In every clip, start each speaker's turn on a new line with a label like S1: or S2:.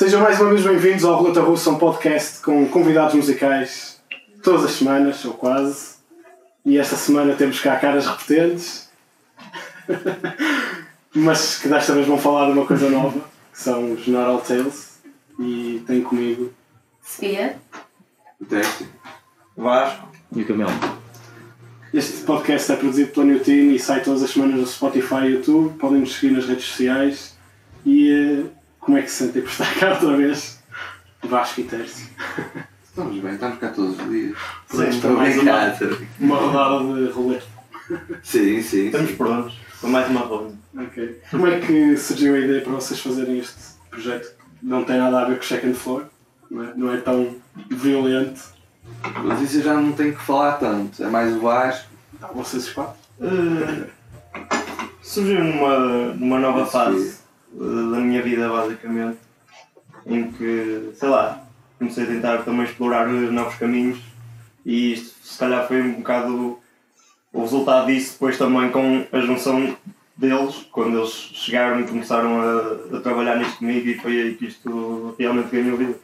S1: Mais uma vez bem-vindos ao Roleta Russa, um podcast com convidados musicais todas as semanas, ou quase. E esta semana temos cá caras repetentes, mas que desta vez vão falar de uma coisa nova, que são os Neural Tales. E tem comigo
S2: Sofia?
S3: Teste. Vasco.
S4: E o Camelo?
S1: Este podcast é produzido pela New Team e sai todas as semanas no Spotify e YouTube. Podem nos seguir nas redes sociais. E eh, como é que se sentem por estar cá outra vez? Vasco e Terce.
S3: Estamos bem, estamos cá todos os dias.
S1: Sim,
S3: Estou a
S5: mais
S3: brincar.
S1: Uma rodada de roleta.
S3: Sim, sim.
S5: Estamos prontos para mais uma ronda.
S1: Ok. Como é que surgiu a ideia para vocês fazerem este projeto? Não tem nada a ver com Check and Floor, não é, não é tão violento.
S3: Mas isso eu já não tenho que falar tanto. É mais o Vasco.
S1: Ah, vocês os quatro?
S5: Eh, surgiu numa, numa nova
S3: Sim.
S5: fase eh, da minha vida, basicamente, em que, sei lá, comecei a tentar também explorar os novos caminhos e isto, se calhar, foi um bocado o resultado disso, depois também com a junção deles, quando eles chegaram e começaram a, a trabalhar nisto comigo, e foi aí que isto realmente ganhou vida.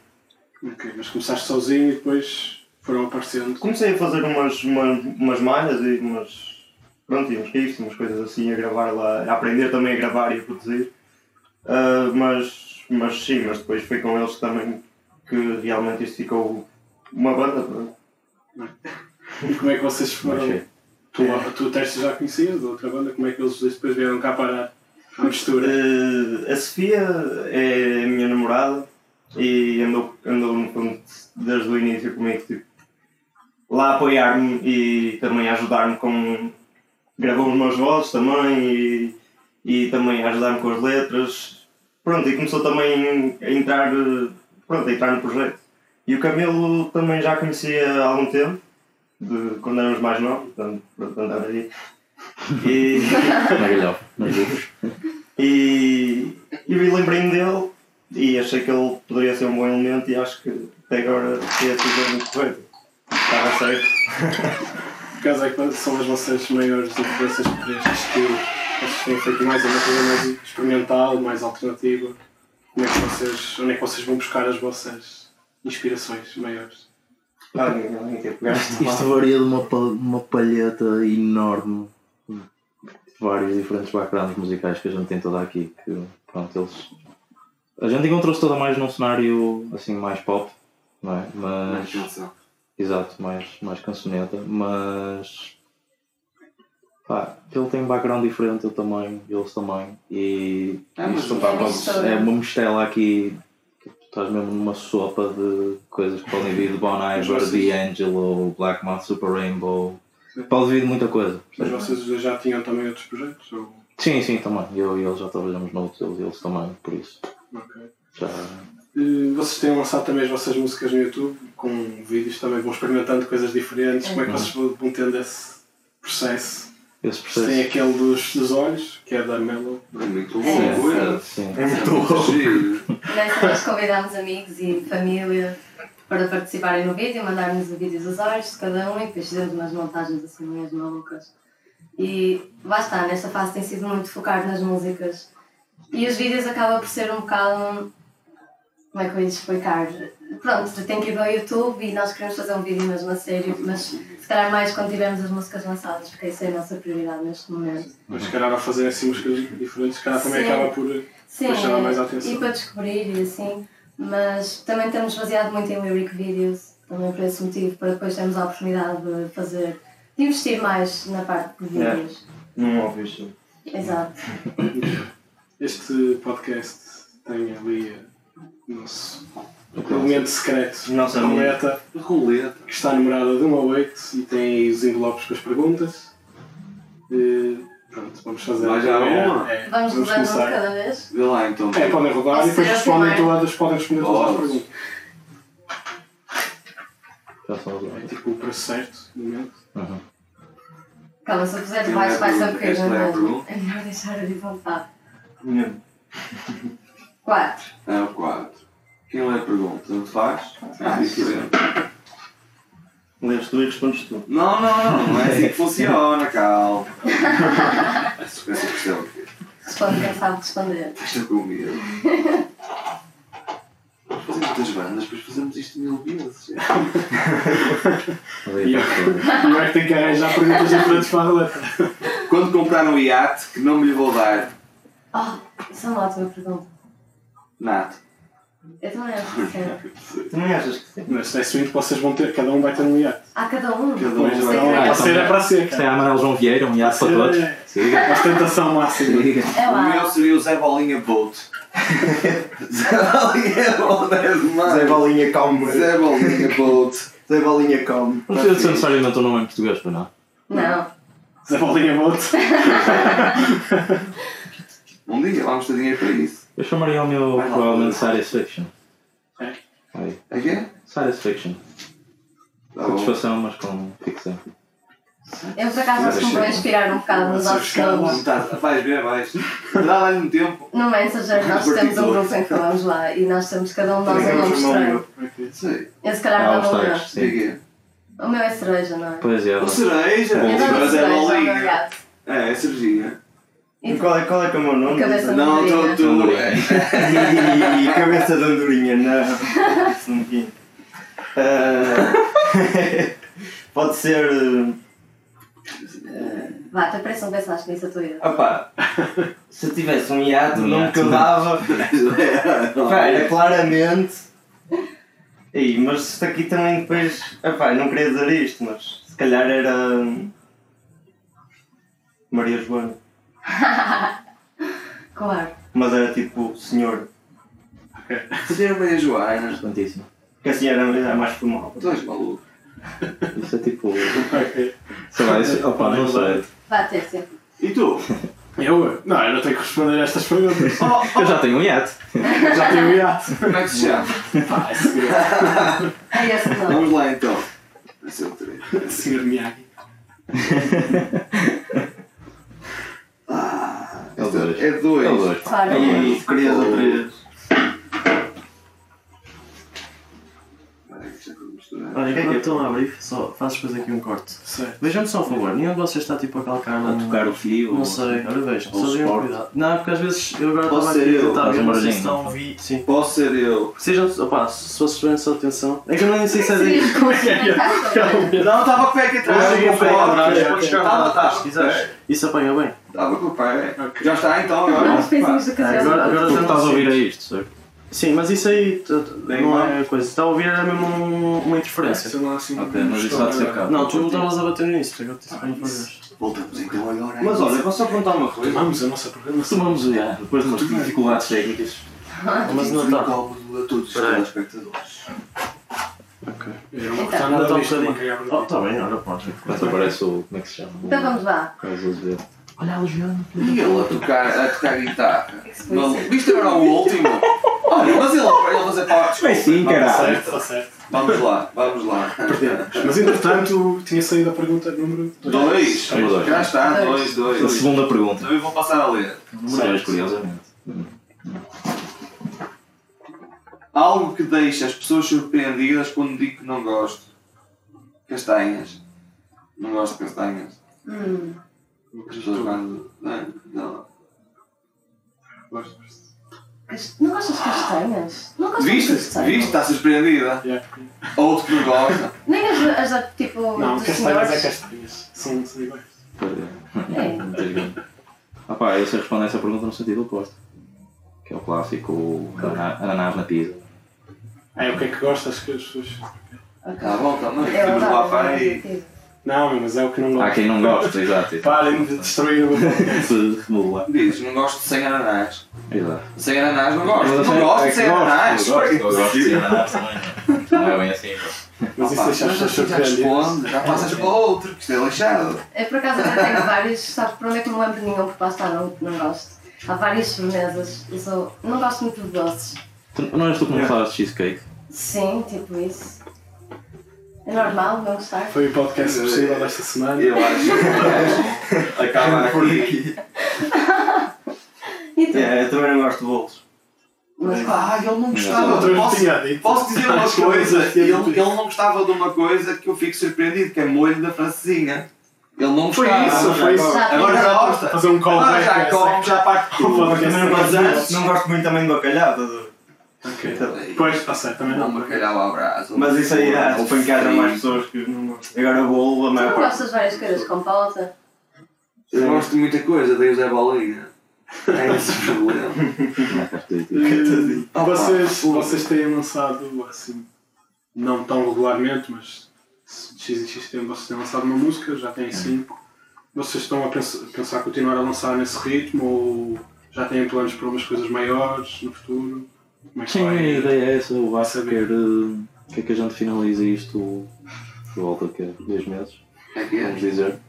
S1: Ok, mas começaste sozinho e depois foram aparecendo.
S5: Comecei a fazer umas, uma- umas malhas e umas. Pronto, e uns riffs, umas coisas assim, a gravar lá, a aprender também a gravar e a produzir. Ah, mas, mas sim, mas depois foi com eles também que realmente isto ficou uma banda. pronto.
S1: E como é que vocês foram?
S4: Mas
S1: Tu, tu Terce já conhecias da outra banda, como é que eles dois depois vieram cá parar à mistura?
S5: Ah, a Sofia é a minha namorada e andou, andou no fundo desde o início comigo, tipo, lá a apoiar-me e também a ajudar-me com. gravou os meus vozes também e, e também a ajudar-me com as letras. Pronto, e começou também a entrar, eh, pronto, a entrar no projeto. E o Camilo também já conhecia há algum tempo, de quando éramos mais novos, portanto, pronto, andava aí. E.
S4: Na galhofa, nas luvas.
S5: E, e eu lembrei-me dele e achei que ele poderia ser um bom elemento e acho que até agora tinha sido muito correto. Estava certo.
S1: Por causa é que quando são as vossas maiores influências para este estilo? Vocês têm feito mais uma coisa mais experimental, mais alternativa? Como é que vocês, onde é que vocês vão buscar as vossas inspirações maiores?
S5: Ah, ninguém- ninguém quer pegar assim. isto.
S4: Isto varia de uma, pal- uma palheta enorme. Vários diferentes backgrounds musicais que a gente tem toda aqui. Que, pronto, eles... A gente encontrou-se toda mais num cenário assim mais pop, não é?
S3: Mais
S4: Mas.
S3: canção.
S4: Exato, mais, mais cancioneta, mas pá, ele tem um background diferente, eu também, eles também, e
S3: É uma
S4: isto,
S3: mistura.
S4: pá, pronto,
S2: mistura.
S4: é uma mistela aqui, que tu estás mesmo numa sopa de coisas que podem vir de Bon Iver,
S1: vocês-
S4: The Angelo, Black Moth Super Rainbow, pode vir de muita coisa.
S1: Mas vocês os dois já tinham também outros projetos? Ou...
S4: Sim, sim, também, eu e eles já trabalhamos noutros, eles, eles também, por isso,
S1: ok.
S4: já...
S1: Eh, Vocês têm lançado também as vossas músicas no YouTube, com vídeos também, vão experimentando coisas diferentes. Como é que vocês vão vão tendo esse processo?
S4: esse
S1: Vocês têm
S4: processo...
S1: aquele dos, dos olhos, que é da Mellow.
S3: É muito
S2: É,
S3: loucura.
S4: sim.
S3: É muito giro.
S2: Dessa vez convidámos amigos e família para participarem no vídeo, mandarmos o vídeo dos olhos de cada um e depois fizemos umas montagens assim meio malucas. E lá está, nesta fase tem sido muito focado nas músicas. E os vídeos acaba por ser um bocado. Como é que eu ia explicar? Pronto, tem que ir ao YouTube e nós queremos fazer um vídeo mesmo a sério, mas se calhar mais quando tivermos as músicas lançadas, porque isso é a nossa prioridade neste momento.
S1: Mas se calhar ao fazerem assim músicas diferentes, se calhar também
S2: Sim.
S1: acaba por.
S2: Sim,
S1: Para chamar mais a atenção.
S2: e para descobrir e assim, mas também temos baseado muito em lyric videos, também por esse motivo, para depois termos a oportunidade de fazer, de investir mais na parte de vídeos.
S5: Não ouvi isto.
S2: Exato.
S1: Este podcast tem ali eh, o nosso elemento secreto,
S5: Nossa
S1: a roleta,
S3: Roleta.
S1: que está numerada de 1 a 8 e tem aí os envelopes com as perguntas. Eh, pronto, vamos fazer.
S3: Vai já
S1: É,
S3: uma?
S1: é,
S2: Vamos rodando um de
S1: começar.
S2: cada um. vez.
S3: Vê lá então.
S1: É, podem rodar e
S2: Esse
S1: depois
S2: é o
S1: respondem
S2: primeiro.
S1: todas, podem responder todas as
S3: Podes.
S1: perguntas.
S4: Já são os
S1: É
S4: olhos.
S1: tipo o preço certo, no momento.
S4: Uhum.
S2: Calma, se eu puser
S3: Tem
S2: de baixo
S3: mais
S2: vai ser
S3: pergunta,
S2: pequeno,
S3: esta é a
S2: não
S3: pergunta.
S2: é? É melhor deixar a vontade.
S5: Não.
S2: 4.
S3: É o 4. Quem lê a pergunta? Não faz? É diferente.
S5: Lês tu e respondes tu.
S3: Não, não, não. Não é assim que funciona, calma. A sequência percebe é o quê?
S2: é Responde quem sabe responder.
S3: Deixa comigo. das bandas, depois fazemos isto mil vezes.
S4: Ali está tá tudo.
S1: Agora que tem que arranjar perguntas diferentes para a letra.
S3: Quando comprar um iate, que nome lhe vou dar?
S2: Oh, isso é uma ótima pergunta.
S3: Nato.
S2: Eu também acho que sim.
S5: Também achas que sim?
S1: Mas se é suíte, vocês vão ter, cada um vai ter um iate.
S2: Há cada um.
S3: Cada um
S1: Mas
S3: vai
S1: não,
S3: ter um
S1: para
S4: iate.
S1: ser é para ser.
S4: Isto é
S1: cara.
S4: a Amarelo João Vieira, um iaço para
S1: Sim.
S4: todos. Siga,
S1: Ostentação máxima.
S4: siga.
S2: É
S3: O
S2: lá.
S3: meu seria o Zé Bolinha Bolt. Zé Bolinha Bolt é demais.
S5: Zé Bolinha calmo.
S3: Zé Bolinha Bolt.
S5: Zé Bolinha calmo.
S4: Não precisa de ser necessariamente um nome em português, pois não?
S2: Não.
S1: Zé Bolinha Bolt.
S3: Um dia vamos ter dinheiro para isso.
S4: Eu chamaria o meu
S3: Vai lá.
S4: provavelmente Satisfaction.
S1: É?
S4: Aí.
S3: É que é?
S4: Satisfaction.
S3: Tá bom.
S4: Satisfação, mas com ficção.
S2: Eu por acaso acho que me vou inspirar um bocado nos
S1: Vamos
S2: nossos
S1: buscar
S2: nomes.
S1: lá.
S3: Tá, vais ver, vais. Dá-lhe um tempo.
S2: No Messenger nós temos um
S3: Vertigo.
S2: grupo em que falamos lá e nós temos cada
S5: Tá
S2: um de nós um nome estranho.
S1: Ok.
S3: Sei.
S2: Eu se
S4: Ah,
S2: calhar
S4: os
S2: não o meu.
S4: tais,
S3: É
S4: sim.
S3: que é?
S2: O meu é cereja, não é?
S4: Pois é,
S3: O
S4: mas-
S3: cereja.
S4: Eu
S2: Eu não
S3: Mas
S2: disse
S3: é
S2: cereja, é meu
S3: bolinha.
S2: gato.
S3: É, é cerejinha.
S5: E qual é, qual é que é o meu nome?
S2: Cabeça-
S3: Não,
S2: Andorinha.
S3: tu. tu é.
S5: E cabeça de andorinha, não. Isso não um tinha. Ah, Pode ser. eh,
S2: Vá, até parece um pensaste nisso a tua vida.
S5: Opá, se eu tivesse um hiato,
S4: Um
S5: não
S4: hiato,
S5: que eu
S4: não.
S5: dava. Pá,
S3: Espera.
S5: era claramente. Ei, mas isto aqui também depois. Epá, eu não queria dizer isto, mas se calhar era. hum, Maria Joana.
S2: Claro.
S5: Mas era tipo senhor.
S3: Fazer meia Joana.
S4: Importantíssimo.
S5: Porque assim era era mais formal.
S3: Tu és maluco.
S4: Isso é tipo.
S1: Ok.
S4: Sei lá, isso. Opa, não sei.
S2: Vá, Tércia.
S3: E tu?
S1: Eu? Não, eu não tenho que responder a estas perguntas.
S4: Eu já tenho um iate.
S1: Eu já tenho um iate.
S3: Como é que se chama?
S1: Pá, é senhor,
S2: É esse o nome.
S3: Vamos lá então. Vai ser o três.
S1: senhor Miyagi.
S4: É o dois.
S3: É dois.
S4: É o dois.
S2: Claro.
S5: E querias outras.
S3: Espera aí, é já estou a misturar.
S5: é
S6: Olha, enquanto estão a abrir, só fazes depois aqui um corte.
S1: Certo.
S6: Vejam-me só um favor, nenhum de vocês está tipo a calcar
S4: A
S6: na.
S4: tocar o fio.
S6: Não sei, olha vejam,
S4: Ou
S6: só tenham
S4: suporte.
S6: cuidado. Não, porque às vezes eu agora
S3: Posso
S6: estava
S3: ser
S6: aqui a
S3: eu?
S6: tentar
S4: Faz
S6: ver,
S4: um
S6: mas vocês
S4: barulhinho.
S6: estão a ouvir. Sim.
S3: Posso ser eu?
S6: Sejam, opá, se vocês tiverem só atenção. É que eu não sei se é daí.
S2: Sim, com certeza.
S3: Não, estava com o pé aqui atrás.
S6: Ah,
S3: Estava
S6: com o pé atrás, pode chegar lá atrás,
S3: estava,
S6: se
S3: estava.
S6: quiseres. Isso apanha bem.
S3: Estava É, com o pé.
S1: Ok.
S3: Já está então
S2: Nós
S3: agora.
S2: pensamos do que
S6: Agora,
S2: seja.
S6: agora
S4: Tu
S6: já não
S4: estás a
S6: sei.
S4: ouvir a isto, certo?
S6: Sim, mas isso aí tu- tu-
S3: Nem
S6: não
S3: mal.
S6: é coisa. Está a ouvir era mesmo um- uma interferência.
S1: Sei lá, assim,
S4: Ok, mas isso há de ser caro.
S6: Não, tu estavas a bater nisso, porque eu te disse para não fazer.
S3: Voltamos então agora.
S5: Mas olha, posso só contar uma coisa?
S1: Tomamos a nossa programação.
S4: Tomamos o iate. Depois de umas dificuldades técnicas.
S6: Mas não tá. está.
S3: cálculo um a todos os
S6: Espera aí.
S3: telespectadores.
S1: Eu não vou
S2: Então,
S1: cortar nada
S6: então,
S1: disto,
S6: um
S1: vou
S6: bocadinho.
S1: cagar
S6: Oh,
S1: para ti.
S6: está bem, ora pode.
S4: Quando aparece o. Como é que se chama?
S2: Então vamos lá.
S4: Caso de.
S3: E ele a tocar, a tocar guitarra. Maluco.
S2: Exquisite.
S3: Viste agora o último? Olha, mas ele para ele fazer parte.
S6: É
S4: Bem sim,
S1: Está
S4: caralho.
S1: certo, está certo.
S3: Vamos lá, vamos lá.
S1: Mas entretanto, tinha saído a pergunta número
S3: Dois.
S1: Dois.
S4: Dois.
S3: Já está, dois,
S2: Dois.
S4: A
S3: dois.
S4: segunda pergunta.
S3: Então eu vou passar a ler.
S4: Mulheres, curiosamente.
S3: Algo que deixa as pessoas surpreendidas quando digo que não gosto. Castanhas. Não gosto de castanhas.
S2: Hum.
S3: As pessoas quando. Não, não.
S1: Gosto.
S2: Cas- Não gostas de castanhas? Não gostas
S3: Viste?
S2: de castanhas?
S3: Viste? Está surpreendida.
S1: Yeah.
S3: Outro que não gosta.
S2: Nem as, as da, tipo,
S1: Não,
S2: dos
S1: castanhas é
S2: senhores.
S1: castanhas. São são iguais.
S2: É.
S4: Não tens grande. Ah pá, eu sei responder essa pergunta no sentido oposto. Que é o clássico o ana- ananás na pizza.
S1: É, o que é que gostas que as pessoas.
S2: Ok.
S3: Está bom, também.
S2: É
S3: Temos Tipo, lá para
S2: verdade,
S3: aí.
S2: é
S1: Não, mas é o que não
S4: Há
S6: Ah.
S1: gosto.
S4: quem não gosta, exato. exato.
S1: Parem de destruir o meu podcast.
S4: Se remodelar.
S3: Diz, não gosto de sem ananás.
S4: Exato.
S3: Sem ananás não gosto.
S4: Mas eu
S3: Não
S4: sei-
S3: gosto
S4: é
S3: de
S4: que
S3: sem
S4: gosto,
S3: ananás.
S4: eu gosto, eu gosto de ser ananás também. não é? Não é bem assim.
S1: Mas isso
S3: Opa,
S1: deixa as pessoas
S3: mas assim já
S1: surpreendidas.
S3: responde, já passas para outro, que isto é lixado.
S2: Eu por acaso até tenho vários, sabes por onde é que não lembro de nenhum, porque lá está, não, não gosto. Há várias sobremesas, eu sou, não gosto muito de doces.
S4: Tu- Não és tu que
S1: É.
S4: não falas de cheesecake?
S2: Sim, tipo isso. É normal não gostar.
S1: Foi o podcast possível desta semana.
S3: Eu acho que acaba aqui.
S2: E tu?
S5: É, eu também não gosto de bolos.
S2: Mas claro.
S3: Ah, ele não
S1: Ah,
S3: gostava.
S1: outra vez
S3: Posso-
S1: tinha dito.
S3: Posso dizer uma
S1: Acho que eu
S3: coisa?
S1: desisti
S3: Ele,
S1: de
S3: ele não gostava de uma coisa que eu fico surpreendido, que é molho da francesinha. Ele não
S1: Foi
S3: gostava.
S1: isso, foi isso.
S2: Já
S3: Agora já gosta.
S1: Fazer um callback.
S3: Agora já
S1: a essa.
S3: come, já parte
S1: Vou
S3: tudo.
S1: fazer
S5: Também não
S1: Mas
S5: gosto,
S3: antes-
S5: muito, não gosto muito também de bacalhau, estás a ver?
S1: Ok.
S5: Então,
S1: Pois, tá certo, também
S3: Um
S1: não.
S3: bacalhau à brasa. um
S5: Mas isso aí é, há de
S3: um
S5: espancar a
S3: frio.
S5: mais pessoas que não gostam. Agora o bolo, a
S2: Tu
S5: maior
S2: não
S5: parte.
S2: gostas de várias coisas com pauta?
S3: Eu gosto de muita coisa, dei o Zé Bolinha. É esse o problema.
S4: Não é que acredito.
S1: Eh,
S3: Hum, Opa,
S1: Vocês,
S3: foda.
S1: vocês têm lançado, assim, não tão regularmente, mas de X em X tempo vocês têm lançado uma música, já têm cinco. Vocês estão a pensar, pensar continuar a lançar nesse ritmo ou já têm planos para umas coisas maiores no futuro? Como é que
S4: Sim, a
S1: vai?
S4: ideia é essa. O Vasco
S1: Saber.
S4: quer eh, quer que a gente finalize isto por volta de quê? dois meses,
S3: É que
S4: vamos
S3: é.
S4: dizer.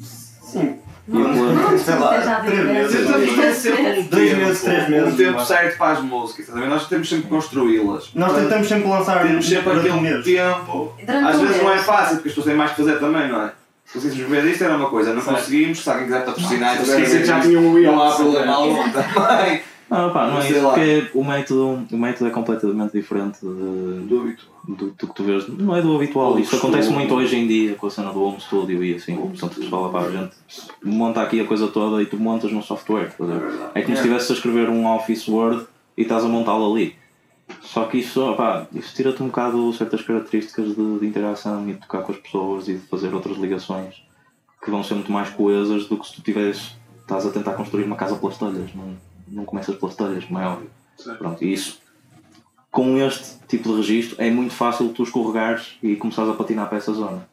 S5: Sim.
S4: E o plano.
S5: Sei lá,
S2: Seja a
S5: três
S2: diferença.
S5: meses.
S3: Nós temos que ter sempre um
S5: Dois
S3: tempo,
S5: meses, três meses,
S3: Um tempo
S5: mas-
S3: certo para as músicas, estás a ver? Nós temos sempre que construí-las.
S5: Nós
S3: Portanto,
S5: tentamos sempre lançar
S3: Temos sempre
S5: durante um
S3: aquele
S5: mês.
S6: tipo
S3: tempo.
S2: Durante
S3: Às
S2: um
S3: vezes
S2: mês.
S3: não é fácil, porque as pessoas têm mais que fazer também, não é? Se conseguimos ver isto era uma coisa, não
S1: Certo. Ah,
S3: conseguimos, se alguém quiser patrocinar,
S1: Se é vocês
S3: tiver-
S1: já tinham um
S3: não há
S1: real,
S3: problema algum também.
S4: Não, pá, não é
S3: Sei
S4: isso,
S3: lá.
S4: porque o método, o método é completamente diferente de-
S3: Dúvida.
S4: do, do que tu vês. Não é do habitual.
S3: Ou
S4: Isto
S3: costume.
S4: acontece muito hoje em dia com a cena do home studio e assim. Portanto, o pessoal lá, pá, a gente monta aqui a coisa toda e tu montas num software. estás a ver? É como se estivesse a escrever um Office Word e estás a montá-lo ali. Só que isso, opá, isso tira-te um bocado certas características de, de interação e de tocar com as pessoas e de fazer outras ligações que vão ser muito mais coesas do que se tu tiveres, estás a tentar construir uma casa pelas telhas. Não, não começas pelas telhas, como é óbvio.
S1: Certo.
S4: Pronto, e isso, com este tipo de registro, é muito fácil tu escorregares e começares a patinar para essa zona.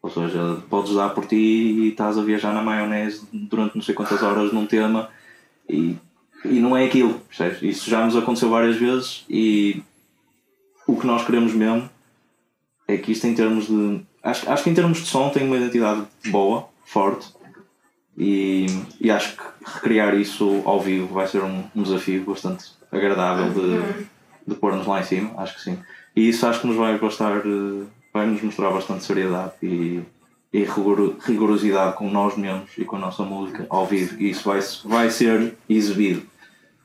S4: Ou seja, podes dar por ti e estás a viajar na maionese durante não sei quantas horas num tema e, e não é aquilo. percebes? Isso já nos aconteceu várias vezes e o que nós queremos mesmo é que isto em termos de. Acho, acho que em termos de som tem uma identidade boa, forte, e, e acho que recriar isso ao vivo vai ser um, um desafio bastante agradável de, de pôr-nos lá em cima, acho que sim. E isso acho que nos vai bastar, eh, vai nos mostrar bastante seriedade e, e rigoro- rigorosidade com nós mesmos e com a nossa música ao vivo. E isso vai, vai ser exibido.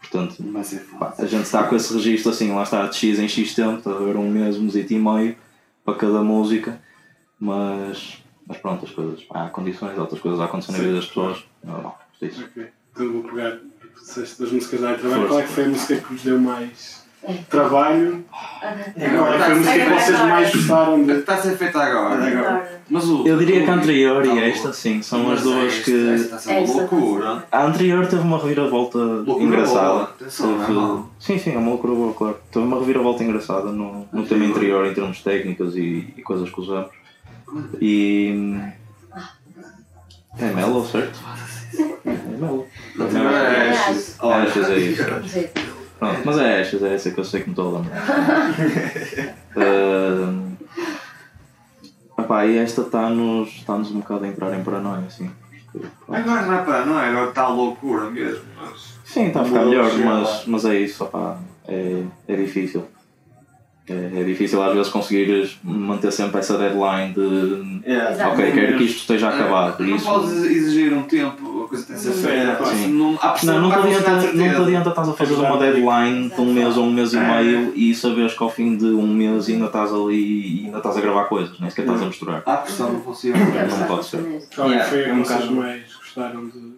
S4: Portanto,
S3: Vai ser
S4: Pá, A gente está com esse registro assim, lá está de X em X tempo, está a ver um mês, um mesito e meio para cada música, mas, mas pronto, as coisas há condições, outras coisas acontecem na vida das pessoas, normal, é isso.
S1: Ok. Então vou pegar disseste das músicas da trabalho.
S4: Força.
S1: Qual é que foi a música que vos deu mais trabalho? Qual é que foi a
S3: Agora,
S1: música que vocês mais gostaram de.
S3: Está a ser feita agora.
S2: Adoro.
S3: Mas o,
S4: Eu diria que a anterior
S3: Tá
S4: e
S3: bom.
S4: esta sim, são
S3: Mas
S4: as
S3: é
S4: duas
S3: esta-
S4: que.
S3: Esta está a ser uma
S2: Esta está a ser-
S3: loucura.
S4: A anterior teve uma reviravolta
S3: Loucura boa,
S4: engraçada.
S3: atenção,
S4: Teve-
S3: não é mal.
S4: Sim, sim, é uma loucura boa, claro. Teve uma reviravolta engraçada no, no tema interior, em termos técnicos e, e coisas que usamos. E. hum, É Mellow, certo? É Mellow.
S3: Não é Ashes.
S4: Ah, Ashes é isso.
S2: Jeito.
S4: Pronto, mas é esta, é essa que eu sei que me estou a lembrar. Ahm, Epá, e esta está-nos está -nos um bocado a entrar em paranoia, assim. Pronto.
S3: Agora não é para, não é? Agora está a loucura mesmo. é? Mas...
S4: Sim,
S1: tá
S4: está a ficar
S3: Vou
S4: melhor,
S3: chegar lá.
S4: mas, mas é isso, opá, é, é difícil. É, é difícil às vezes conseguires manter sempre essa deadline de
S5: Yeah.
S2: Exato.
S4: ok, quero que isto esteja acabado.
S3: Não
S4: É Isso-
S3: podes exigir um tempo, a coisa tem de ser feita. pá,
S4: Sim.
S3: se Não, há pessoas
S4: Não, não
S3: que
S4: te adianta,
S3: vão
S4: não te adianta estás a fazer uma deadline de um mês ou um mês e
S3: É.
S4: meio e saberes que ao fim de um mês ainda estás ali e ainda estás a gravar coisas, nem sequer
S1: Hum.
S4: estás a misturar.
S3: Há pressão, não funciona.
S2: Quero
S4: Não
S2: só
S4: pode ser.
S2: japonês.
S1: Qual é que
S5: Yeah,
S1: foi a
S5: é
S1: que
S5: um
S1: vocês
S5: bocado-
S1: mais gostaram de.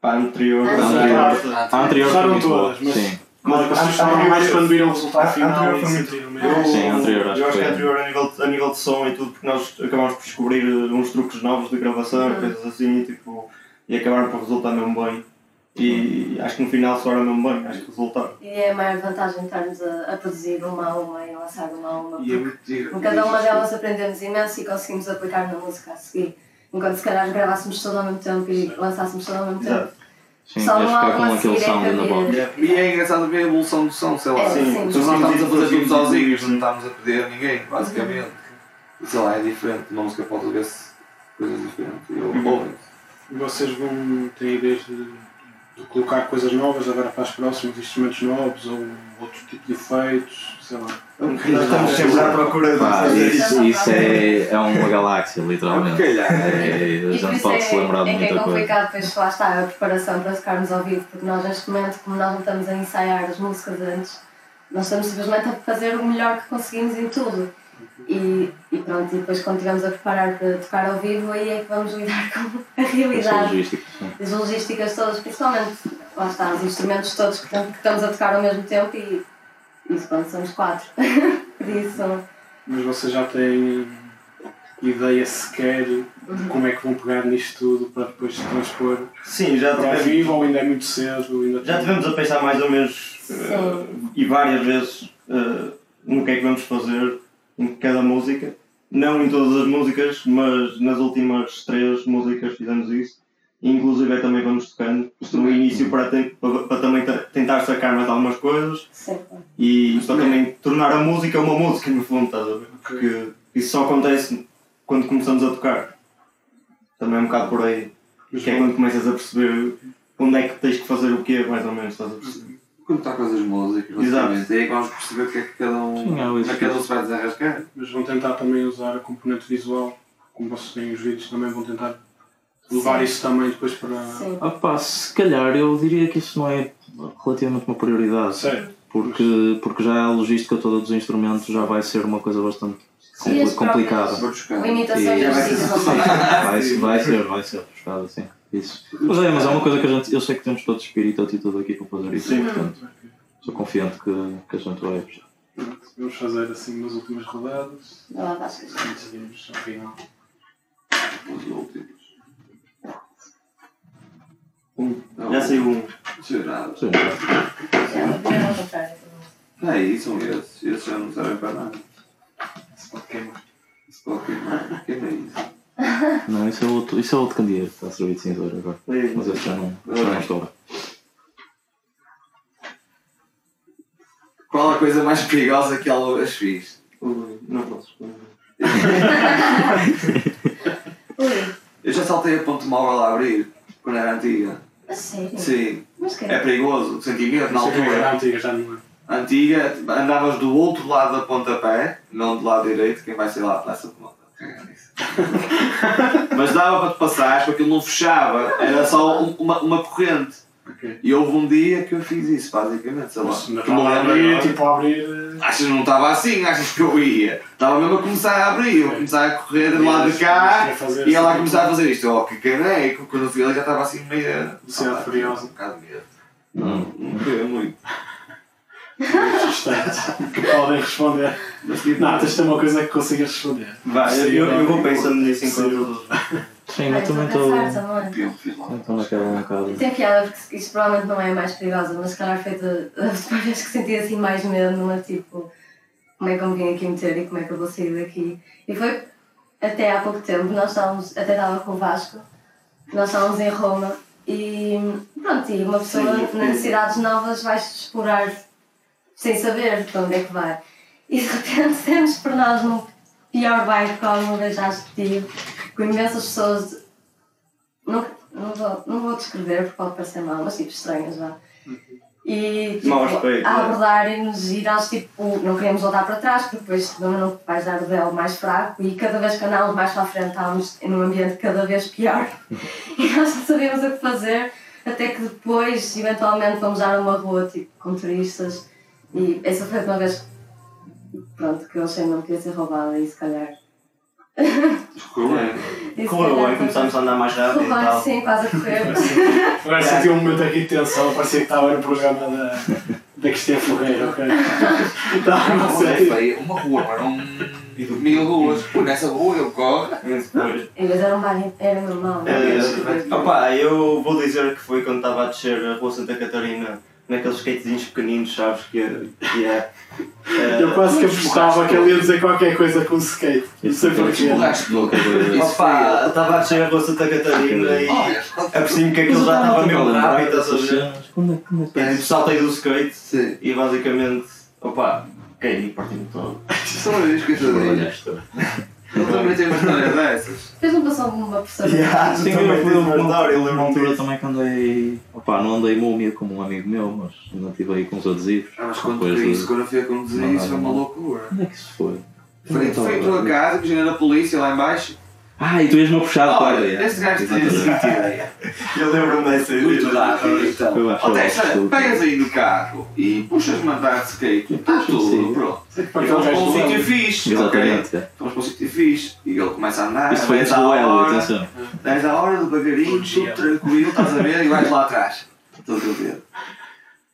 S5: Pá, anterior.
S2: Ah,
S4: anterior. A anterior foi
S1: Gostaram
S4: muito boa.
S1: todas, mas-
S4: Sim,
S1: Mas é vocês gostaram mais quando viram o resultado final e
S5: Anterior foi muito-
S1: sentiram mesmo.
S5: Eu,
S4: Ah, Sim, é anterior, acho
S5: eu acho
S4: que
S5: que é
S4: foi.
S5: anterior a nível, de, a nível de som e tudo, porque nós acabámos por descobrir uh, uns truques novos de gravação,
S2: Uhum.
S5: e coisas assim, tipo, e acabaram por resultar mesmo bem. E acho que no final soaram mesmo bem, acho que resultaram.
S2: E é a maior vantagem estarmos a, a produzir uma a uma e a lançar uma a uma.
S3: E é muito divertido.
S2: Em cada uma delas aprendemos imenso e conseguimos aplicar na música a seguir. Enquanto se calhar gravássemos tudo ao mesmo tempo e lançássemos tudo ao mesmo
S5: Exato.
S2: tempo.
S4: sim,
S2: Só
S4: queres
S2: não há
S4: ficar com
S2: uma
S4: aquele
S2: seguir
S4: sound
S2: em
S4: na boca.
S2: cadeia.
S3: E é engraçado ver a evolução do som, sei lá.
S2: É, sim.
S3: Então nós estamos a fazer tudo sozinhos, não
S5: Sim.
S3: estamos a pedir a ninguém, basicamente. Sei lá, é diferente. Uma música pode ver-se coisas diferentes. Eu é ouvi.
S1: Vocês vão ter ideias de, de colocar coisas novas agora para as próximas, instrumentos novos ou outro tipo de efeitos, sei lá.
S3: um
S5: Nós estamos sempre à procura de
S4: Pá,
S5: fazer isso.
S4: isso isso é, é uma galáxia,
S3: um
S4: literalmente.
S3: Calhar.
S4: É, a
S2: E por
S4: gente
S2: isso é,
S4: pode se lembrar de
S2: é que é
S4: muita coisa.
S2: complicado, pois lá está a preparação para tocarmos ao vivo, porque nós neste momento, como nós não estamos a ensaiar as músicas antes, nós estamos simplesmente a fazer o melhor que conseguimos em tudo. E, e pronto, e depois quando estivermos a preparar para tocar ao vivo, aí é que vamos lidar com a
S4: Essa
S2: realidade.
S4: logística. sim.
S2: as logísticas todas, principalmente lá está, os instrumentos todos que, tam- que estamos a tocar ao mesmo tempo e Isso quando somos quatro. Por isso,
S1: Mas vocês já têm ideia sequer de como é que vão pegar nisto tudo para depois se transpor
S5: Sim, já
S1: para a
S5: tivemos,
S1: vivo ou ainda é muito cedo? Ainda
S5: já tivemos a pensar mais ou menos eh,
S2: Sim.
S5: e várias vezes eh, no que é que vamos fazer em cada música. Não em todas as músicas, mas nas últimas três músicas fizemos isso. E, Inclusive é também vamos tocando no início para, ten- para- para também te- tentar sacar mais algumas coisas
S2: sempre.
S5: e para também tornar a música uma música no fundo, estás a ver? Porque isso só acontece quando começamos a tocar. Também é um bocado por aí. Que é quando começas a perceber onde é que tens que fazer o quê, mais ou menos, estás a perceber?
S3: Quando tocas as músicas,
S5: Exato.
S3: basicamente, é aí que vamos perceber o que é que cada um,
S4: Sim, é
S3: como é que
S4: isso.
S3: cada um se vai desarrascar.
S1: Mas vão tentar também usar a componente visual, como vocês têm os vídeos, também vão tentar levar
S2: Sim.
S1: isso também depois para.
S2: Sim.
S4: Ah pá, se calhar eu diria que isso não é relativamente uma prioridade.
S1: Sério,
S4: Porque, porque já a logística toda dos instrumentos já vai ser uma coisa bastante
S2: E as
S4: compli- complicada.
S3: Vou buscar.
S2: Limitações
S4: E-
S2: é preciso.
S4: Vai, ser- vai ser, vai ser buscado, sim. Isso. Mas é, mas é uma coisa que a gente. Eu sei que temos todo o espírito e atitude aqui para fazer isso,
S5: Sim.
S4: portanto. Sou confiante que, que a gente vai.
S1: vamos fazer assim nas últimas rodadas,
S2: Vai lá, Vasco.
S1: antes de irmos ao final.
S3: Os últimos. Hum.
S5: Um. Já saiu um.
S3: Jurado.
S4: Sim,
S2: Já, vira ao contrário.
S3: É isso, são esses. Esses já não servem para nada.
S1: Se pode queimar.
S3: Se pode queimar, queima isso.
S4: Não, isso é outro, isso é outro candeeiro, está a servir de cinzeiro agora. Mas esse já não, já não estou.
S3: Qual a coisa mais perigosa que algumas fiz?
S5: Ui, Não posso.
S2: Ui,
S3: Eu já saltei a ponto móvel a abrir, quando era antiga.
S2: a sério?
S3: Sim.
S2: Mas que
S3: É perigoso, o sentimento na
S1: Não sei como é que era
S3: altura.
S1: antiga, já não é.
S3: Antiga, andavas do outro lado da pontapé, não do lado direito, quem vai ser lá a praça de moto. Cagar nisso. Mas dava para te passar, porque aquilo não fechava, era só um- uma, uma corrente.
S1: Ok.
S3: E houve um dia que eu fiz isso, basicamente, sei lá.
S1: Mas na
S3: Que me
S1: a
S3: lembro
S1: abrir,
S3: agora.
S1: tipo a abrir. eh,
S3: Achas que não estava assim? Achas que eu ia? Estava mesmo a começar a abrir, eu começar a correr do lado de cá
S1: Ia fazer
S3: e ela a
S1: assim.
S3: começar a fazer isto. Oh, que caneco! Quando eu fui ela já estava assim meio.
S1: Velocidade furiosa.
S3: Um bocado de medo. Não, não queria muito.
S1: Portanto, que podem responder.
S3: Mas tipo.
S1: Não, tens de ter uma coisa que consigas responder.
S5: Vai, eu, eu, eu vou pensando nisso
S1: Sim.
S5: enquanto.
S2: Ai,
S4: Sim, eu
S2: estou a
S4: também estou.
S2: pensar também.
S3: eu fiz lá.
S4: Então naquela um bocado.
S2: Tem piada porque isto provavelmente não é a mais perigosa, mas se calhar foi de- das vez que senti assim mais medo, não é tipo como é que eu me vim aqui meter e como é que eu vou sair daqui. E foi até há pouco tempo, nós estávamos, até estava com o Vasco, nós estávamos em Roma e pronto, e uma pessoa
S5: Sim,
S2: nas
S5: sim.
S2: cidades novas vais explorar sem saber para onde é que vai. E de repente temos por nós num pior bairro que alguma vez já estive, com imensas pessoas de- não, não, vou, não vou descrever porque pode parecer mal, mas tipo estranhas vá. E tipo,
S5: Mau aspecto,
S2: a
S5: é.
S2: abordarem-nos e nós tipo, não queríamos voltar para trás porque depois não, não vais dar o dela mais fraco e cada vez que andávamos mais para a frente estávamos num ambiente cada vez pior e nós não sabíamos o que fazer até que depois eventualmente fomos já numa rua tipo com turistas e essa foi a última vez que- pronto, que eu achei que não queria ser roubada e se calhar.
S3: Correu bem.
S2: e se
S5: Correu
S2: calhar
S5: bem, começámos a andar mais rápido e
S2: Roubar,
S5: tal.
S2: sim, quase a correr.
S1: Agora senti um momento aqui de tensão, parecia que estava no programa da, da Cristina Ferreira, ok? Estava
S3: Uma
S1: não
S3: rua
S1: sei.
S3: feia, é, uma rua, mas não. Mil ruas. Pô, nessa rua eu corro.
S5: Depois.
S2: Eles eram bem, era normal.
S3: É,
S2: né?
S5: Eh, opá, eu vou dizer que foi quando estava a descer a Rua Santa Catarina, naqueles skatezinhos pequeninos, sabes? Que é. Que é eh,
S1: Eu quase que apostava que ele ia dizer qualquer coisa com o skate. Não sei porquê.
S3: Esborraste tudo. Isso foi
S5: Opa,
S3: ele.
S5: estava a descer a Rua Santa Catarina e
S3: Olha.
S5: apercebi-me que aquilo já estava mesmo
S3: tá
S5: rápido, estás a ver?
S4: Como é que me
S5: E, tipo, Saltei do skate
S3: Sim.
S5: e basicamente, opa, caí e parti-me todo.
S3: Só uma vez que eu sabia. Eu também tenho uma história dessas.
S2: Depois não passou uma pessoa.
S4: Sim, eu fui uma altura também que andei. Opá, não andei múmia como um amigo meu, mas ainda estive aí com os adesivos.
S3: Ah, mas quando
S4: Depois
S3: caí
S4: de-
S3: isso, quando eu fui a conduzir, isso foi uma loucura.
S4: Onde é que isso foi?
S3: Foi, foi a tua casa, que chegou a polícia lá embaixo.
S4: Ah, e tu ias-me puxar de corda.
S3: Olha, este gajo tem esse
S4: Exatamente.
S3: sentido.
S5: Eu lembro-me dessa
S3: Muito rápido,
S5: ideia.
S3: então.
S4: Eu acho
S3: Ó,
S4: que é
S3: Testa,
S4: um
S3: pegas aí no carro e puxas-me a andar de skate. Está tudo,
S4: Sim.
S3: pronto.
S1: Para
S3: Fomos
S1: aquele
S3: para um
S1: gajo
S3: sítio
S1: do
S3: fixe. ok? Ah,
S4: Exatamente. é.
S3: Fomos para um sítio fixe. E ele começa a andar.
S4: Isto foi antes
S3: 10 à
S4: do Elo,
S3: hora,
S4: atenção.
S3: 10 à hora, devagarinho,
S1: Bom dia.
S3: tudo tranquilo, estás a ver? E vais lá atrás. Estou a ver.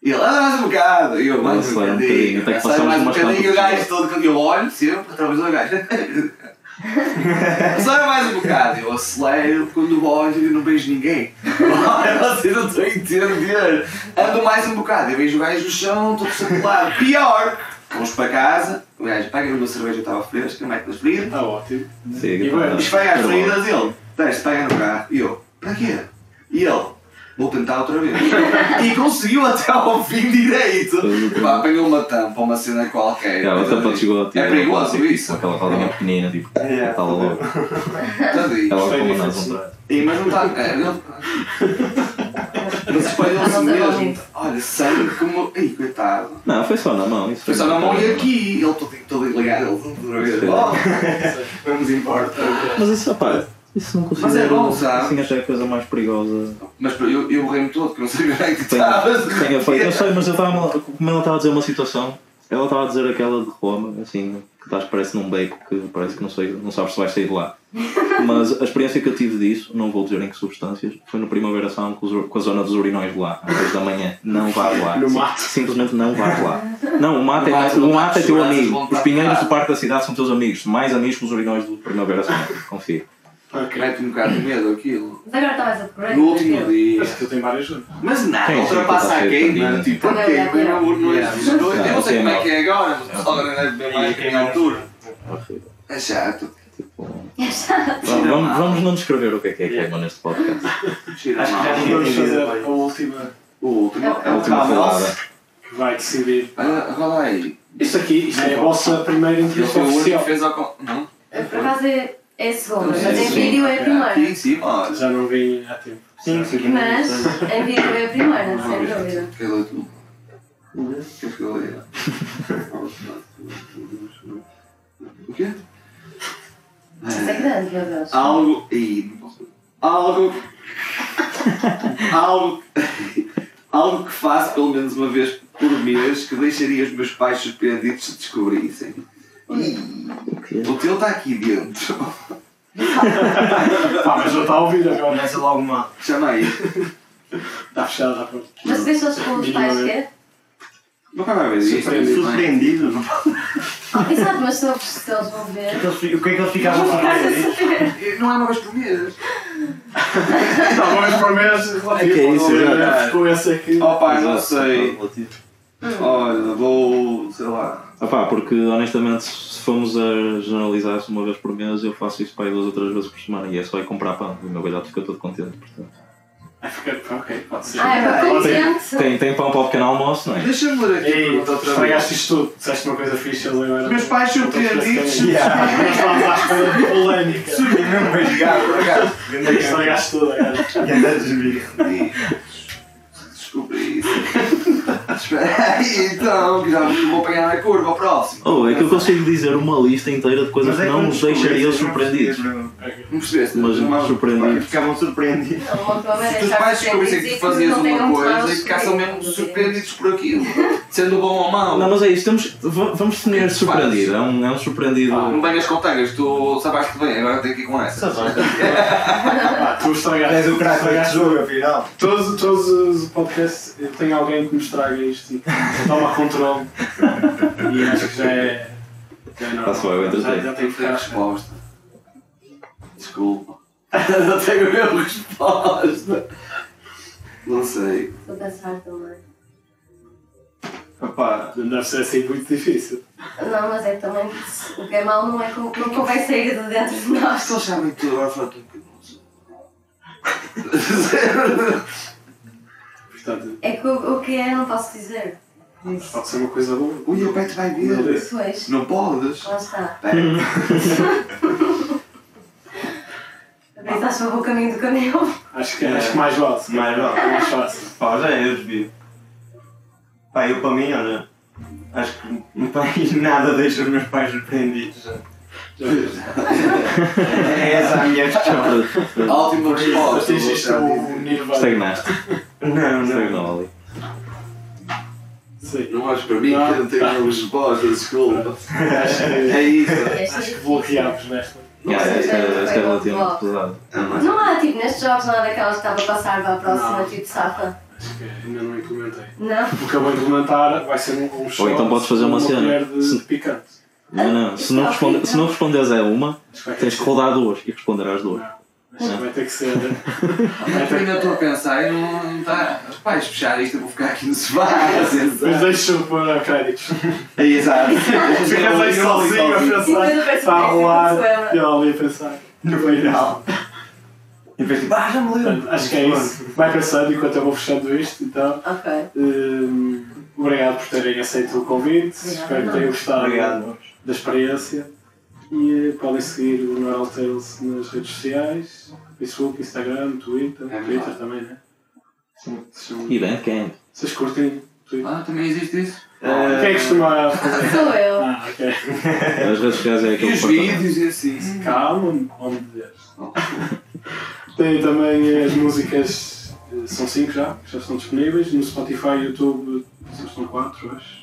S3: E ele, ah, mais um bocado. E eu, mais um
S4: Acelera um
S3: bocadinho.
S4: bocadinho, até que
S3: Acelera
S4: passamos
S3: mais um
S4: umas
S3: bocadinho. E o
S4: quantas
S3: gajo todo, eu olho sempre através do gajo. Acelera mais um bocado. Eu acelero quando olho e não vejo ninguém. Olha, vocês não estão a entender. Ando mais um bocado. Eu vejo o gajo no chão, todo circular. Pior. Vamos para casa. O gajo paga-me uma cerveja, eu estava fresca, mete nas feridas.
S1: Está Tá ótimo.
S4: Siga,
S1: E vai,
S4: tá.
S3: Esfrega as
S4: Era
S3: feridas e ele, tens, pega no carro. E eu, para quê? E ele, vou tentar outra vez. e conseguiu até ao fim direito.
S4: Tudo
S3: Pá, apanhou uma tampa, uma cena
S4: bom.
S3: qualquer.
S4: Cara, a tampa chegou a um
S3: É perigoso isso. É.
S4: Aquela rodinha pequenina, tipo,
S5: Yeah.
S4: estava logo.
S3: Tadinho.
S4: Estava
S1: Isto é
S4: como
S1: difícil.
S4: não
S3: E, mas não está. É, não- mas espalhou-se
S2: Não, não, não.
S3: mesmo. Olha, sangue como. Ih, coitado.
S4: Não, foi só na mão. Isso
S3: Foi só na mão e aqui. Ele todo, todo ligado. Ele outra vez.
S4: Sim.
S3: Oh,
S5: Vamos embora.
S4: Mas isso, rapaz, isso não considero.
S3: Mas é bom, sabe?
S4: Assim, até a coisa mais perigosa.
S3: Mas eu, eu morri-me todo, que não sabia onde é que é?
S4: Tenho-
S3: estavas.
S4: tenho feito. Eu sei, mas eu estava. Como ela estava a dizer uma situação, ela estava a dizer aquela de Roma, assim, que estás, parece num beco que parece que não, sei, não sabes se vais sair de lá. Mas a experiência que eu tive disso, não vou dizer em que substâncias, foi no Primavera Sound com, os ur- com a zona dos urinóis lá, às 6 da manhã. Não vais lá.
S1: No mato.
S4: Simplesmente não vais lá. Não, o mato,
S3: No mato,
S4: é, mais- o
S3: no
S4: mato é
S3: mato,
S4: teu
S3: seguranças
S4: amigo.
S3: vão
S4: Os
S3: estar
S4: pinheiros do
S3: parados.
S4: Parque da Cidade são teus amigos. Mais amigos que os urinóis do Primavera Sound. Confia.
S1: Ok.
S3: Mete um bocado de medo aquilo.
S2: Mas agora está mais upgrade.
S3: No último
S2: entendeu?
S3: dia.
S1: Acho É que eu tenho várias juntas.
S3: Mas nada,
S4: Sim, sim,
S3: ultrapassa
S4: tá
S3: a
S4: certo,
S3: queima.
S4: tá
S3: Tipo, a
S2: bem.
S3: queima não não é
S2: Yeah.
S3: justo. Eu não sei
S4: Sim,
S3: como é
S4: sim.
S3: que é agora, mas o pessoal agora deve beber mais que a minha altura. É chato.
S4: Tipo, Vamos, vamos não descrever o que é que é queima neste podcast.
S3: Cheira
S5: Acho que já
S3: mal.
S5: tinha-
S1: Vamos fazer a última
S3: O último
S2: É o-
S3: é
S4: A
S3: o
S4: última
S3: Camels.
S4: falada.
S1: que vai decidir.
S3: Olha rola aí.
S1: Isto aqui, isto é a vossa primeira
S3: Ele
S1: entrevista
S3: foi o único que
S1: oficial.
S3: fez ao. con- Não?
S2: Por acaso é, é a segunda, mas
S3: Sim,
S2: em
S3: sim.
S2: vídeo é a
S3: Aqui em
S2: primeira.
S3: cima, olha.
S1: Já não vim há tempo.
S5: Sim, sim.
S2: Mas em vídeo é a primeira, sem dúvida.
S3: Aquele outro. Aquele que eu ali. O quê?
S2: Isso é grande, meu Deus.
S3: Algo. Ih, não posso. Algo. algo. algo que faço pelo menos uma vez por mês que deixaria os meus pais surpreendidos se descobrissem. Ih, O teu está aqui dentro.
S1: Pá, Ah, mas já está a ouvir agora.
S5: Começa logo mal.
S3: Chama aí.
S1: Está fechada a porta.
S2: Mas deixa-os com os pais, quê?
S3: Nunca vai ver isto.
S1: Surpreendido.
S3: não é?
S5: Surpreendido.
S2: Ah, Exato, mas se eles- se eles vão ver.
S5: Então, se- O que é que eles ficavam
S2: Vão ficar a
S5: surpreendidos?
S2: saber.
S3: Não é uma vez por mês.
S1: Está bom, mas para mim é
S4: que é isso,
S3: já.
S1: Com esse aqui.
S3: Oh pai, não
S4: Exato.
S3: sei. Olha, vou. sei lá.
S4: Ah pá, porque honestamente, se formos a generalizar-se uma vez por mês, eu faço isso para aí duas ou três vezes por semana e é só ir comprar pão. E o meu galhote fica todo contente. Portanto.
S1: Vai ficar- Ok, pode ser.
S2: Ah, é para contente.
S4: Tem, tem pão para o pequeno almoço, não é?
S3: Deixa-me ler aqui a
S1: Ei,
S3: pergunta outra vez.
S1: estragaste isto tudo. Disseste uma coisa fixe eles agora.
S3: Meus pais surpreendidos.
S1: Yeah. Nós estávamos à espera de polémica.
S3: Obrigado, obrigado.
S5: é
S1: Estragaste tudo é. agora.
S3: Descobri isso. Espera aí, então, que já vou apanhar na curva, ao próximo.
S4: Ou é que eu consigo dizer uma lista inteira de coisas
S5: Mas é
S4: que
S5: que
S4: não
S5: quando
S4: os deixaria
S5: descobrires, não
S4: surpreendidos.
S5: percebes,
S3: Não percebeste?
S4: Mas
S3: Não é-
S4: surpreendido.
S5: Ficavam surpreendidos.
S2: Então, uma forma é
S3: Se os
S2: deixar
S3: pais descobrissem que
S2: surpreendidos
S3: tu fazias
S2: não um tenham
S3: uma
S2: que é
S3: coisa
S2: tomar
S3: e ficassem mesmo
S2: os
S3: surpreendidos por aquilo, sendo bom ou mau.
S4: Não, mas é isso, temos, va- vamos definir
S3: Faz.
S4: surpreendido. É um, é um surpreendido.
S3: Não bem nas contangas, tu sabaste bem, agora tenho que ir com essa.
S5: Tá
S1: Ah, tu estragaste. estragaste
S5: jogo, afinal.
S1: todos, todos os podcasts. Eu tenho alguém que me estraga isto e toma controle. E acho que já é. Já é normal.
S4: Tá só, eu
S1: já,
S4: entretei.
S1: já tenho
S3: Não
S1: que
S3: tenho
S1: ficar à espera.
S3: resposta. Desculpa. Não tenho mesmo resposta. Não sei.
S2: Estou a pensar também.
S5: Opa,
S1: Não deve ser assim muito difícil.
S2: Não, mas é que também o que é mau não é como não convém sair de dentro de nós.
S3: Se eles sabem tudo, agora fala tudo que eu não sei.
S1: Portanto,
S2: É que o, o que é não posso dizer.
S1: mas
S2: Isso.
S1: pode ser uma coisa boa.
S3: Ui, o Beto vai
S1: Meu
S3: ver.
S1: Deus.
S2: Pois,
S3: Não podes?
S2: é, lá está.
S3: Espera.
S2: Pensaste para o caminho do caminhão.
S1: Acho que, acho que mais vale. se
S5: mais
S1: calhar.
S5: vale.
S1: Mais fácil.
S5: Pá, já é, eu desvio. Pá, eu para mim, olha, acho que no país nada deixa os meus pais surpreendidos.
S1: Já viste?
S5: É essa a minha questão.
S3: A última resposta.
S1: Atingiste o nível.
S4: Estagnaste.
S5: Não,
S1: é
S5: não.
S4: Estagnou ali.
S1: Sim.
S3: Não olhes para mim, que eu não tenho nenhuma resposta, desculpa.
S1: Acho que,
S3: É isso.
S1: acho que bloqueámos nesta.
S3: Não
S4: Yeah,
S3: sei.
S4: Esta esta é
S2: Foi muito
S4: relativamente
S2: bom.
S4: pesada.
S3: Ah, mas-
S2: Não há, tipo, nestes jogos não há daquelas que estava a passar para a próxima,
S1: Não.
S2: tipo, safa.
S1: que ainda não implementei.
S2: Não?
S1: O que eu vou implementar vai ser um, um shot
S4: então podes fazer
S1: com
S4: uma cena.
S1: colher de
S4: Se-
S1: picante.
S4: Não, não. Se não, responde, se não responderes a uma,
S1: Acho vai ter
S4: tens que
S1: ser-
S4: rodar duas e responder às duas.
S1: Não, acho que vai ter que ser. vai
S3: Eu
S1: ter
S3: ainda
S1: que-
S3: estou a pensar e não está. Vais fechar isto, eu vou ficar aqui no sofá.
S1: Mas
S3: Exato. É
S1: deixa-me pôr créditos.
S3: Exato.
S1: Ficas aí sozinho a
S2: Sim, mas eu
S1: pensar.
S2: penso
S1: Está a
S2: que é
S1: rolar.
S2: Venezuela.
S1: E eu ali a pensar.
S3: No final.
S1: é
S5: E depois tipo, ah, já me lembro.
S1: Portanto, Acho que é isso. Vai pensando enquanto eu vou fechando isto. Então,
S2: Ok.
S1: hum, obrigado por terem aceito o convite.
S2: Obrigada.
S1: Espero que tenham gostado
S5: Obrigado.
S1: da experiência. E eh, podem seguir o Neural Tales nas redes sociais: Facebook, Instagram, Twitter.
S3: É
S1: Twitter
S3: verdade.
S1: também, né?
S5: Sim.
S1: Vocês,
S4: E bem, quem?
S1: vocês curtem Twitter?
S3: Ah, também existe isso.
S1: Quem é que costuma fazer?
S2: Sou eu.
S1: Ah, ok.
S4: As redes sociais é
S3: E
S4: aquele
S3: os vídeos e assim.
S1: Calma, homem de Deus. Tem também as músicas, eh, são 5 já, que já estão disponíveis. No Spotify e YouTube só estão 4, acho.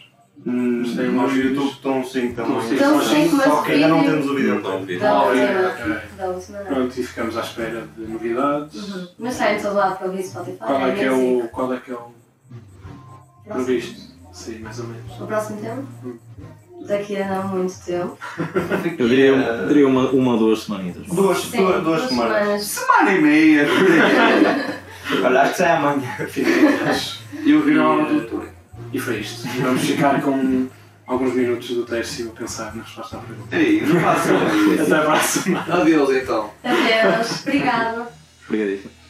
S5: Hum,
S1: Mas tem
S5: no
S1: mais vídeos.
S5: YouTube estão 5
S1: Estão
S5: também.
S1: cinco.
S2: Então, sei que mas
S5: Só
S2: o
S5: que ainda não temos
S2: vídeo
S5: o vídeo. então.
S2: da
S1: Ah,
S2: última.
S1: ok.
S2: Da última. não.
S1: Pronto, e ficamos à espera de novidades.
S2: Uhum. Mas saem todos lá para ouvir Spotify.
S1: Qual é que é
S2: Music.
S1: o, qual é que é o previsto? Sim, mais ou menos.
S2: O próximo
S5: Uhum.
S2: tema? Daqui a não muito tempo.
S4: Eu diria, um- diria uma, uma ou duas semanitas.
S5: Duas,
S2: Sim,
S5: duas, duas semanas.
S3: Semana e meia.
S5: Olha, acho que sai amanhã.
S3: E o final do doutor.
S1: E foi isto. E Vamos ficar com alguns minutos do Tércio a pensar na resposta à pergunta.
S3: Ei, não façam isso.
S1: Até à próxima!
S3: Adeus então.
S2: Adeus. Obrigada.
S4: Obrigadíssimo.